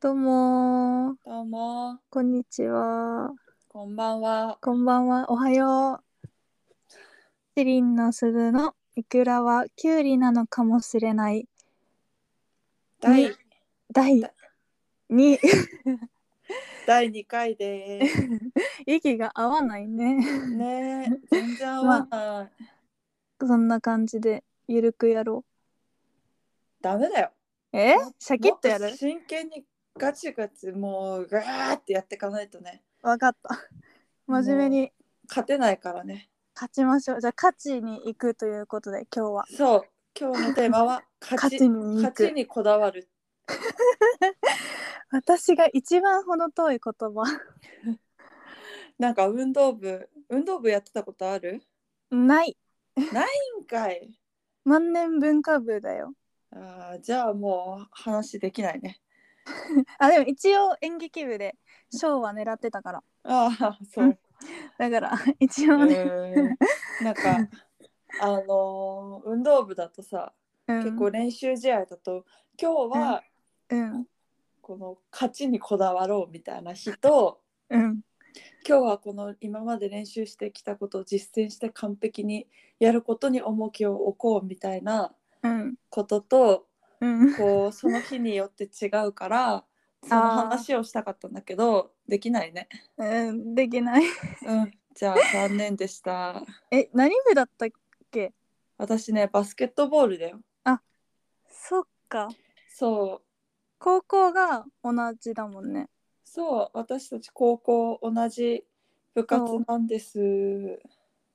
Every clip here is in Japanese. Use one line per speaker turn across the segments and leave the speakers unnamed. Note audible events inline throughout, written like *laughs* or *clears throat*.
どうもー
どうも、
こんにちは。
こんばんは。
こんばんは。おはよう。シリンの鈴のいくらはキュウリなのかもしれない
第
第2
第2
*laughs*
回です。
息が合わないね。
ねえ、全然合わない。
そんな感じでゆるくやろ
ダメだよ。
う。えシャキッとや
も
る
っ真剣にガチガチもうガーってやっていかないとね、
わかった。真面目に
勝てないからね。
勝ちましょう。じゃあ勝ちに行くということで今日は
そう、今日のテーマ
*laughs*
は勝
勝
ち
ちに行
勝ち
く。
にこだわる。
私が一番ほど遠い言葉
なんか運動部、運動部やってたことある
ない。
今回。
万年文化部だよ。
あーじゃあもう話できないね。
あでも一応演劇部で賞は狙ってたから
ああ、そう。
だから *laughs* 一応ね、
うんなんかあのー運動部だとさ、
うん、
結構練習試合だと今日は
うん
この勝ちにこだわろうみたいな日と
うん
今日はこの今まで練習してきたことを実践して完璧にやることに重きを置こうみたいな
うん
ことと
うん
こうその日によって違う
*laughs*
からその話をしたかったんだけどできないね。
うんできない
うん、じゃあ残念でした。
え何部だったっけ
私ねバスケットボールだよ。
そっか
そう
高校が同じだもんね
そう、私たち高校同じ部活なんです。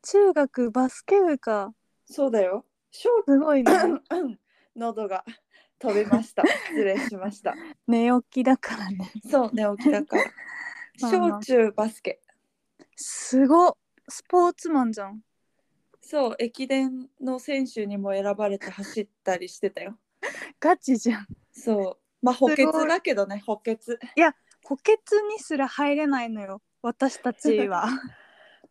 中学バスケ部か
そうだよ。ショ
すごいね
ート喉が飛びま *laughs* した。失礼しました。
*coughs* 寝起きだからね
そう、寝起きだから。
まあまあ
*laughs* 小中バスケ。
すごスポーツマンじゃん
そう、駅伝の選手にも選ばれて走ったりしてたよ。
ガチじゃん
そう。まあ補欠だけどね、補欠。
補欠にすら入れないのよ私たち *laughs* は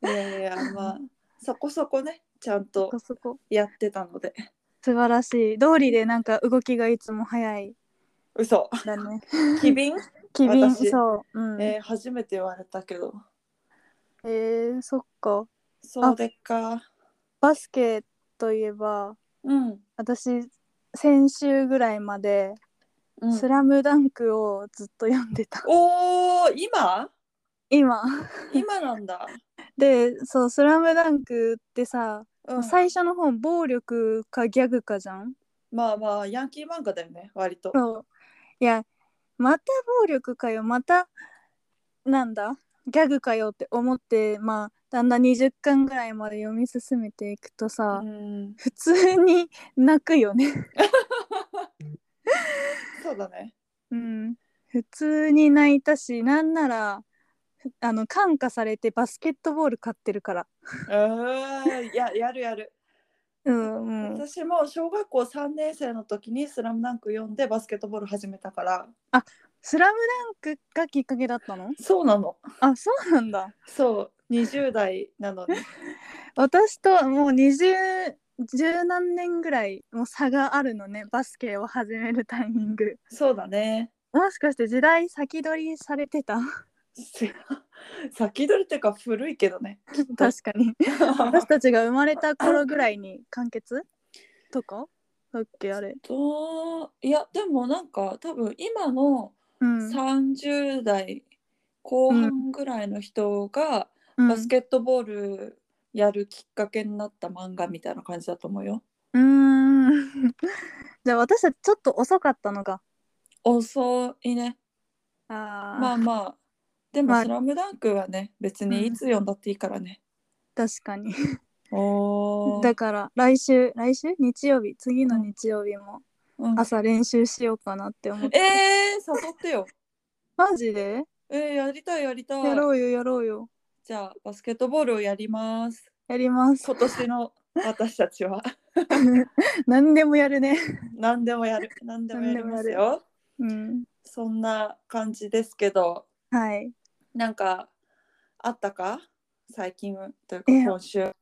いやいや、 *laughs* まあ、そこそこね、ちゃん
そ
と
こそこ
やってたので。
素晴らしい通りでなんか動きがいつも早い
嘘。
だね
機敏、
機敏
私
そう、うん、
え
え
ー初めて言われたけど。
ーそっか
そうでっか。
バスケといえば
うん。
私先週ぐらいまで
う
「
ん
スラムダンクをずっと読んでた、
おー今
今
今なんだ。
でそう「スラムダンクってさ、
うん、
最初の方暴力かギャグかじゃん
まあまあヤンキー漫画だよね割と。
そういやまた暴力かよまたなんだギャグかよって思ってまあだんだん20巻ぐらいまで読み進めていくとさ、
うん、
普通に泣くよね
そうだ
*laughs*
ね。
うん、普通に泣いたしなんならふあの感化されてバスケットボール買ってるから。
うんややるやる。
うんうん、
私も小学校3年生の時に「スラムダンク読んでバスケットボール始めたから
スラムダンクがきっかけだったの
そうなの
あそうなんだ。
そう20代な
*laughs*
のに
私ともう20十何年ぐらいもう差があるのねバスケを始めるタイミング。
そうだね *laughs*
もしかして時代先取りされて *laughs* た
せ先取りっていうか古いけどね
確か *laughs* に。私たちが生まれた頃ぐらいに完結とかだっけあ
*laughs*
れ。
といやでもなんか多分今の
うん。
30代後半ぐらいの人が
うん
バスケットボールやるきっかけになった漫画みたいな感じだと思うよ。
うーん *laughs* じゃあ私たちちょっと遅かったのか。
遅いね。
あ
まあまあ。で
ま
も「
あ
スラムダンクはね別にいつ読んだっていいからね。
確かに。
お
*laughs*
ー
だから来週来週日曜日次の日曜日も
うん
朝練習しようかなって思って。
えー、誘ってよ。 *laughs*
マジで
えー、やりたいやりた
や
い。
ろうよやろうよ。
じゃあバスケットボールをやります。
やり
*laughs*
ます。
今
*laughs*
年の私たちは
何でもやるね。
何でもやる何でもやりますよ。
*laughs* うん。
そんな感じですけど。
はい。
なんかあったか最近というか
いや
今週。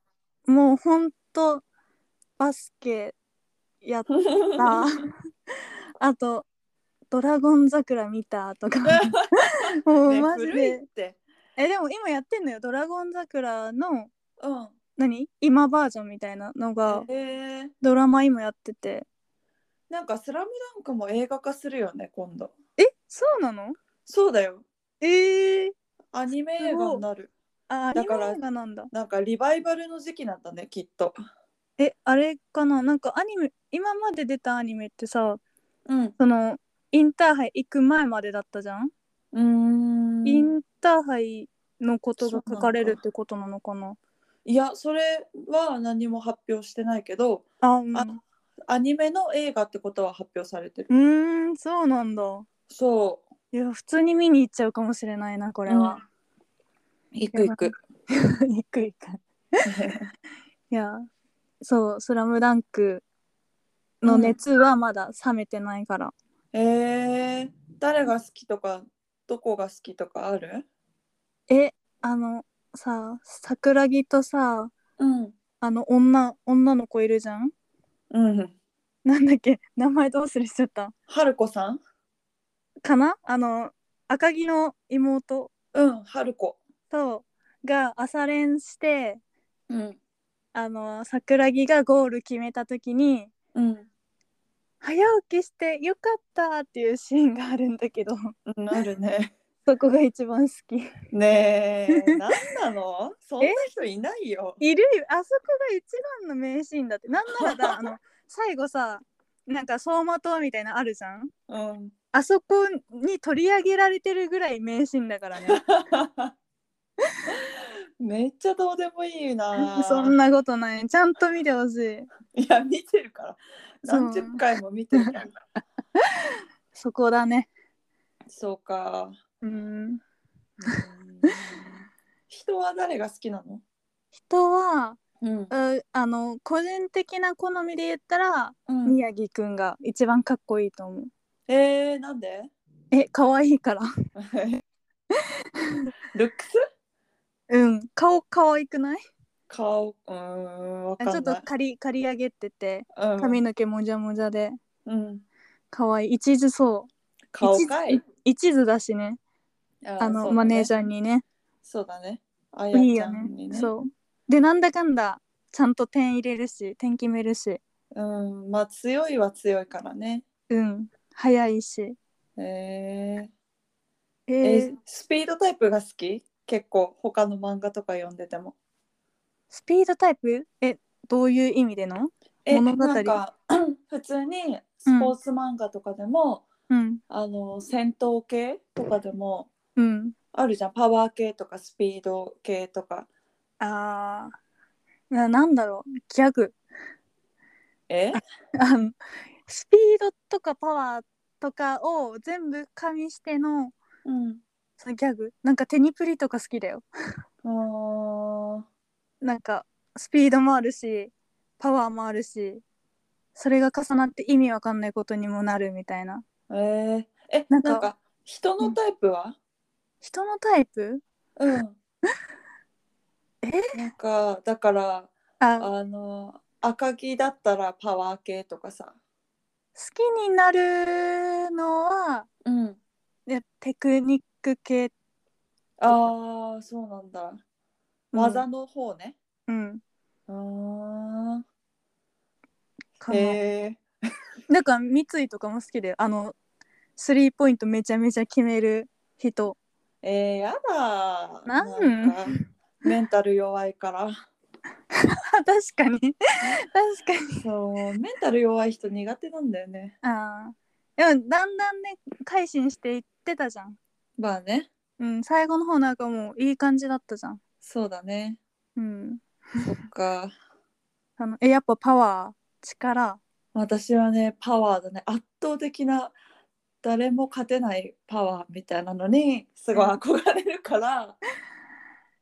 もうほんと
*laughs*
バスケやった。あとドラゴン桜見た」とかもう
ね
マジ
古い
で、
って。
えでも今やってんのよ「ドラゴン桜の」
うん。
何今バージョンみたいなのが
へえ
ドラマ今やってて
なんかスラムダンクも映画化するよね、今度。
えそうなの
そうだよ。
えー、
アニメ映画になる。
あ
だから
アニメ映画なんだ
なんかリバイバルの時期なんだね、きっと。
えあれかななんかアニメ今まで出たアニメってさ
うん。
そのインターハイ行く前までだったじゃん、
うーん。
インターハイのことが書かれるってことなのかない
や、それは何も発表してないけど、
あ、うん、
あアニメの映画ってことは発表されてる。
うーんそうなんだ
そう。
いや普通に見に行っちゃうかもしれないなこ
こ
れは、
行く行く。
行く行く *laughs* いやそう「スラムダンクの熱はまだ冷めてないから、
えー、誰が好きとか、どこが好きとかある
えあのさ桜木とさ
うん。
あの女女の子いるじゃん
うん。
なんだっけ名前どうするしちゃった
はるこさん
かなあの赤城の妹
うん、はるこ。
とが朝練して
うん。
あの桜木がゴール決めた時に
うん。
早起きしてよかったっていうシーンがあるんだけど
うん、あるね。 *laughs*
そこが一番好き
ねえ、なんな *laughs* のそんな人いないよ。
いるよあそこが一番の名シーンだってなんなら
*laughs*
だあの最後さなんか走馬灯みたいなのあるじゃん
うん。 *laughs*
あそこに取り上げられてるぐらい名シーンだからね
めっちゃどうでもいい *laughs* な。
そんなことないちゃんと見てほしい
いや、見てるから。
そう
何十回も見てるから。
そこだね
*laughs* そう
う
か。
ん
うん人は誰が好きなの
人は
うん。
うあの個人的な好みで言ったら
うん、
宮城くんが一番かっこいいと思う
えー、なんで
え可愛いから
ルックス
うん顔可愛くない
顔うーん、わかん
ち
な
ょ
い。
っと刈り刈り上げてて
うん
髪の毛もじゃもじゃで
うん、
可愛い一途そう
顔かい。
一途だしねあのマネージ
ャー。
ャーにね
そうだね。あや
いい
ちゃ
よね
んにね。
そうでなんだかんだちゃんと点入れるし点決めるし
うん、まあ強いは強いからね。
うん早いし
へえ
え
え
ー
スピードタイプが好き結構他の漫画とか読んでても。
スピードタイプえどういう意味での
え
物語
なんか *clears throat* 普通にスポーツ漫画とかでも、
うん
あの戦闘系とかでも
うん
あるじゃんパワー系とかスピード系とか。
あーななんだろうギャグ
え
あのスピードとかパワーとかを全部加味しての
うん。
そのギャグなんかテニプリとか好きだよ
あ
なんかスピードもあるしパワーもあるしそれが重なって意味わかんないことにもなるみたいな
ーえーえ
な
なん
か
んか人のタイプは、
人のタイプ
うん。
*laughs* え
なんかだから
あ好
あの赤木だったらパワー系とかさ。
きになるのは
うん。
いやテクニック系
ああそうなんだ。技の方ね。
うん
あ
か
あ。
な、
へえ。
なんか三井とかも好きだよあのスリーポイントめちゃめちゃ決める人
えー、やだー。
なん
かメンタル弱いから。
あ確かに
*laughs*
確かに
そうメンタル弱い人苦手なんだよね。
あーでもだんだんね改心していってたじゃん
まあね。
うん最後の方なんかもういい感じだったじゃん
そうだね。
うん
そっか。
あのえやっぱパワー力
私はねパワーだね圧倒的な誰も勝てないパワーみたいなのにすごい憧れるから、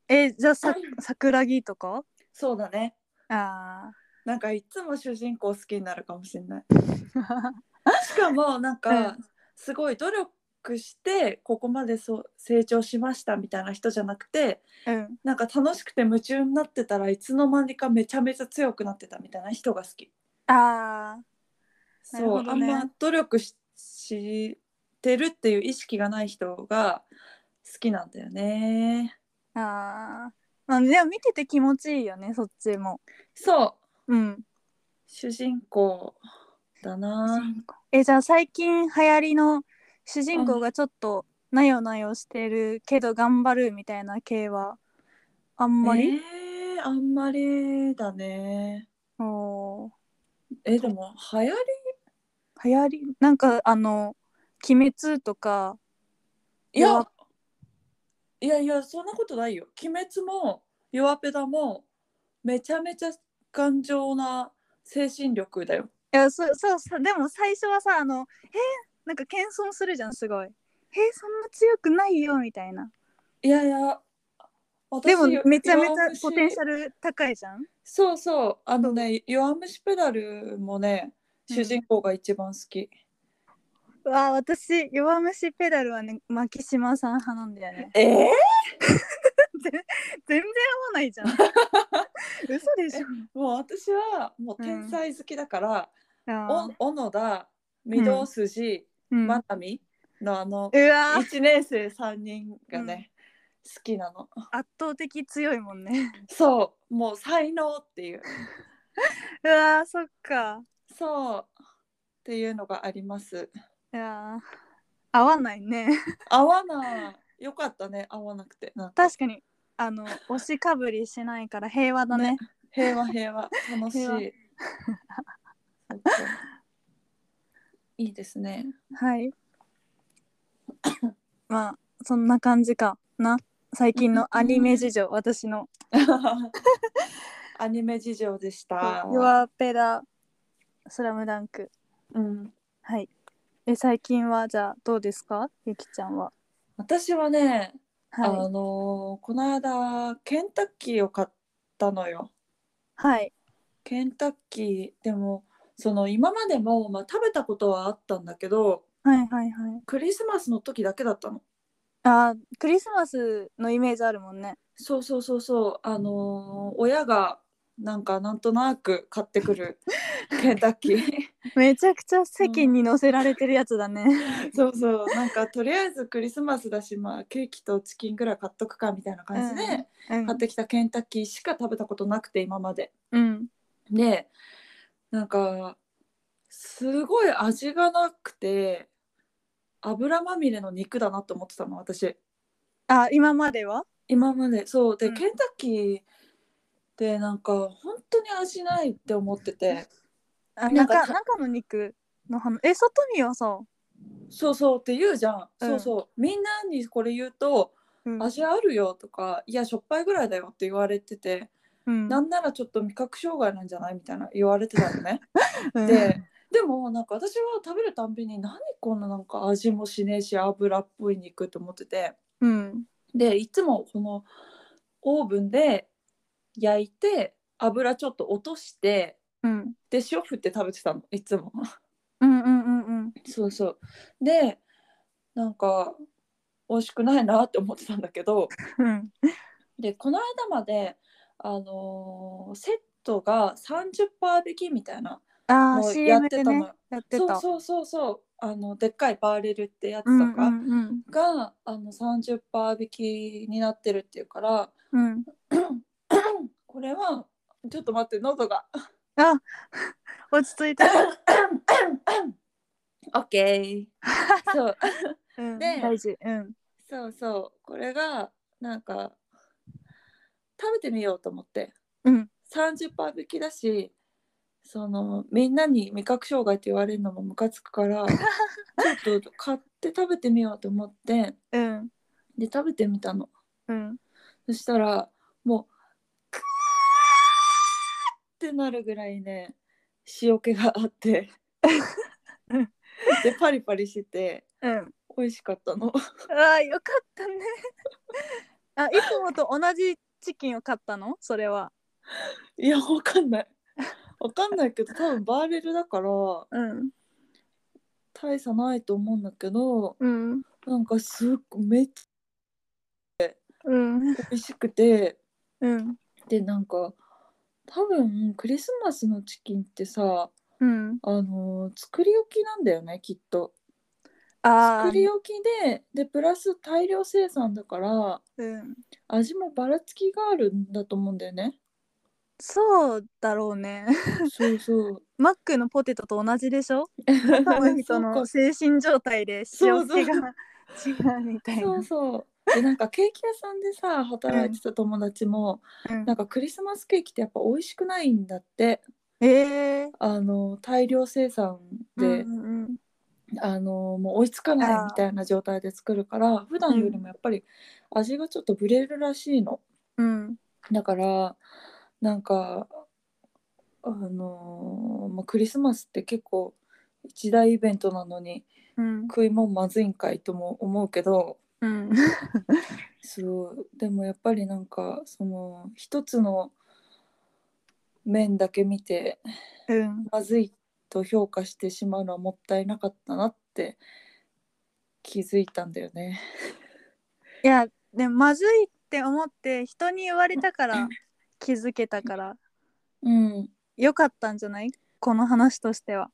えじゃあさ桜木とか
そうだね
あ
なんかいつも主人公好きになるかもしれない *laughs*
ー *laughs*
しかもなん
う
か
ん
すごい努力してここまでそう成長しましたみたいな人じゃなくて
うん
なんか楽しくて夢中になってたらいつの間にかめちゃめちゃ強くなってたみたいな人が好き
あーなる
そ
ほ
う、
ど
あん
ね
ま努力ししてるっていう意識がない人が好きなんだよね。
あーまあでも見てて気持ちいいよねそっちも
そう
うん
主人公だな。
えじゃあ最近流行りの主人公がちょっとなよなよしてるけど頑張るみたいな系はあんまり、
えーあんまりだね。
お
えでも流行り
ー流行りなんかあの「鬼滅」とか
いやいやいやそんなことないよ。鬼滅も弱ペダもめちゃめちゃ頑丈な精神力だよ。
いやそうそうそうでも最初はさあの「えーなんか謙遜するじゃんすごい「えーそんな強くないよ」みたいない
やいや私
でもめちゃめち
弱
ゃ
虫
ポテンシャル高いじゃん
そうそうあのね弱虫ペダルもね主人公が一番好き。
うわ私弱虫ペダルはね牧島さん派なんだよね
えー
*laughs* 全然合わ *laughs* ないじゃん嘘でしょ
もう私はもう天才好きだから、
あー
お小野田御堂筋、
うん
真波のあの
うわー
1年生3人がね、好きなの
圧倒的強いもんね
そうもう才能っていう
うわーそっか
そうっていうのがあります
いやー合わないね
合わないよかったね合わなくてなんか
確かにあの推しかぶりしないから平和だね
平和平和楽しい
平和
そうそういいで
*laughs*
すね
はいまあそんな感じかな最近のアニメ事情私の
アニメ事情でした。
弱ペダスラムダンク
うん、
はいえ最近はじゃあどうですかゆきちゃんは
私はね、あ
はい
のーこの間ケンタッキーを買ったのよ。
はい
ケンタッキーでもその今までも、まあ、食べたことはあったんだけど
はいはいはい
クリスマスの時だけだったの。
あークリスマスのイメージあるもんね
そうそうそうそうあのー親がなんかなんとなく買って
*laughs*
くるケンタッキー。
めちゃくちゃ席に乗せられてるやつだね。
そうそうなんかとりあえずクリスマスだし、まあ、ケーキとチキンぐらい買っとくかみたいな感じで。
うんうん
買ってきたケンタッキーしか食べたことなくて今まで。
うん。
でなんかすごい味がなくて油まみれの肉だなと思ってたの私
あ、今までは。
今までそうで、
うん
ケンタッキーってなんか本当に味ないって思ってて
あ、
な
なんん
か
か、中の肉の話。え、外見はさ。
そうそうって言うじゃん、
うん
そうそうみんなにこれ言うと
うん。
味あるよとかいやしょっぱいぐらいだよって言われてて、
うん。
なんならちょっと味覚障害なんじゃないみたいな言われてたのね
うん
で、でもなんか私は食べるたんびに何こんななんか味もしねえし油っぽい肉と思ってて
うん。
でいつもこのオーブンで焼いて油ちょっと落として
うん。
で塩振って食べてたのいつも
うんうんうんうん。
そうそうでなんか美味しくないなって思ってたんだけど
うん。
でこの間まであのーセットが30%引きみたいな
あ
の
あ、
をやっ
CM
て
で
たの、
ね。やってた。
そうそうそうそうあのでっかいバーレルってやつと
うんう
か
んうん。
が、あの30%引きになってるっていうから
うん。
これはちょっと待って喉が
あ。落ち着い *laughs* た。
OK そう
うん。
で
大事。うん。
そうそうこれがなんか食べてみようと思って
うん。
30%引きだしそのみんなに味覚障害って言われるのもムカつくから
*laughs*
ちょっと買って食べてみようと思って
うん。
で食べてみたの。
うん。
そしたらもうクーってなるぐらいね塩気があって
*laughs* うん
でパリパリしてて
うん。
美味しかったの
ああ、よかったね。 *laughs* あ、いつもと同じチキンを買ったの、それは。
いやわかんないわかんないけど多分バーレルだから
うん。
大差ないと思うんだけど
うん。
なんかすっごいめっち
うん。
ゃ美味しくて
うん。
でなんか多分クリスマスのチキンってさ
うん。
あの作り置きなんだよねきっと
あ
作り置きででプラス大量生産だから
うん、
味もばらつきがあるんだと思うんだよね。
そうだろうね *laughs*
そう *laughs* そう。
マックのポテトと同じでし *laughs* ょ多分人
そう
の
か
精神状態で
そう
塩
そう
気が違うみたいな
そうそう。でなんかケーキ屋さんでさ働いてた友達も、
うん
なんかクリスマスケーキってやっぱ美味しくないんだって
えー
あの大量生産で、
うんうんうん
あのもう追いつかないみたいな状態で作るから普段よりもやっぱり味がちょっとブレるらしいの。
うん
だからなんかあのーまあ、クリスマスって結構一大イベントなのに
うん
食いもんまずいんかいとも思うけど
うん
そうでもやっぱりなんかその一つの面だけ見て
うん
まずいと評価してしまうのはもったいなかったなって気づいたんだよね。
いやでもまずいって思って人に言われたから気づけたから
うん、
良かったんじゃないこの話としては。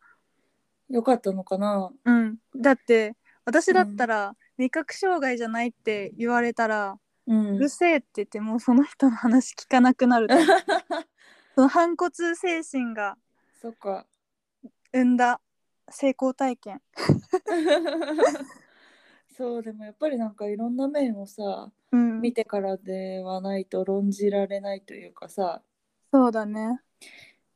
よかったのかな
うん、だって私だったら味覚障害じゃないって言われたら、
うん
うるせえって言ってもうその人の話聞かなくなると *laughs* 思うその反骨精神が
*laughs* そっか *laughs*
生んだ成功体験。
そうでもやっぱりなんかいろんな面をさ
うん、
見てからではないと論じられないというかさ
そうだね。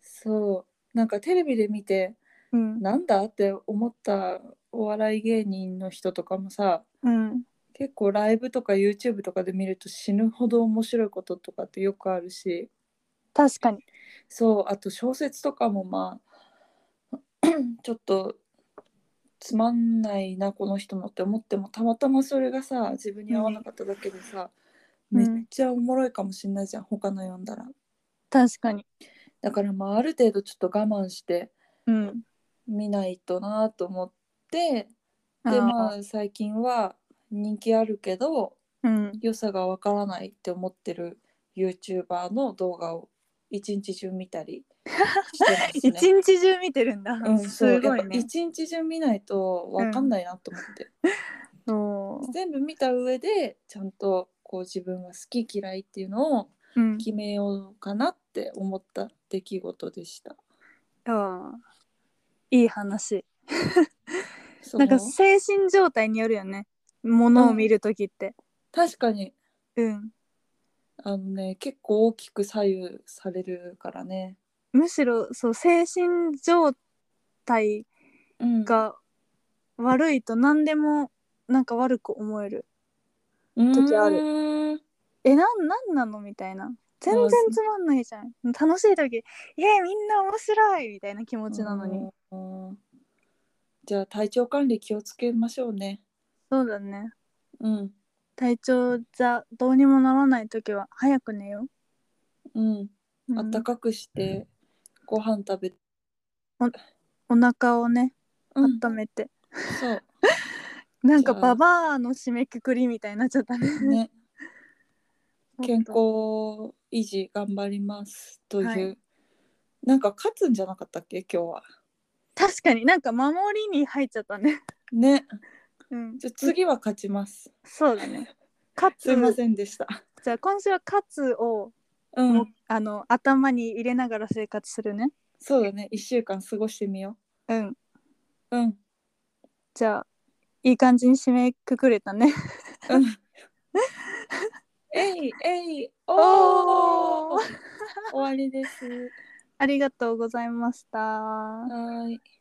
そうなんかテレビで見て
うん、
なんだって思ったお笑い芸人の人とかもさ
うん、
結構ライブとか YouTube とかで見ると死ぬほど面白いこととかってよくあるし
確かに。
そうあと小説とかもまあ *clears throat* ちょっとつまんないなこの人もって思ってもたまたまそれがさ自分に合わなかっただけでさ、
うん
めっちゃおもろいかもしんないじゃん他の読んだら
確かに。
だからまあある程度ちょっと我慢して
うん。
見ないとなと思ってで
ー
まあ最近は人気あるけど
うん、
良さがわからないって思ってる YouTuber の動画を一日中見たりし
*laughs*
て
一
ますね。
日中見てるんだ。
うん、そう
すごい
やっぱ
ね。
一日中見ないとわかんないなと思って、
おー
全部見た上でちゃんとこう自分が好き嫌いっていうのを
うん、
決めようかなって思った出来事でした。
あーいい話。
そ
な
うん
か精神状態によるよね。ものを見るときって。
確かに
うん。
あのね結構大きく左右されるからね。
むしろそう精神状態
うん、
が悪いと何でもなんか悪く思える。時ある
うーん
えなんなんなのみたいな。全然つまんないじゃん。楽しい時イエーイみんな面白いみたいな気持ちなのに。
うんじゃあ体調管理気をつけましょうね。
そうだね。
うん
体調じゃどうにもならない時は早く寝よう。
うん、
うん
あったかくしてご飯食べて、
お腹をね
うん、
温めて、
そう
なんか
じゃあ
ババアの締めくくりみたいになっちゃったね *laughs*
ね、
もっと
*laughs* 健康維持頑張りますという、
はい
なんか勝つんじゃなかったっけ今日は。
確かになんか守りに入っちゃった
*laughs*
ね
ね、
うん
じゃあ次は勝ちます。
そうだね勝
すいま
つ
せんでした。
じゃあ今週は勝つを、
う、
もうんあの頭に入れながら生活するね
そうだね、一週間過ごしてみよ
うん
う。うん、
じゃあいい感じに締めくくれたね *laughs*
うん。えいえいお
お
ー終わりです。
ありがとうございました
はーい。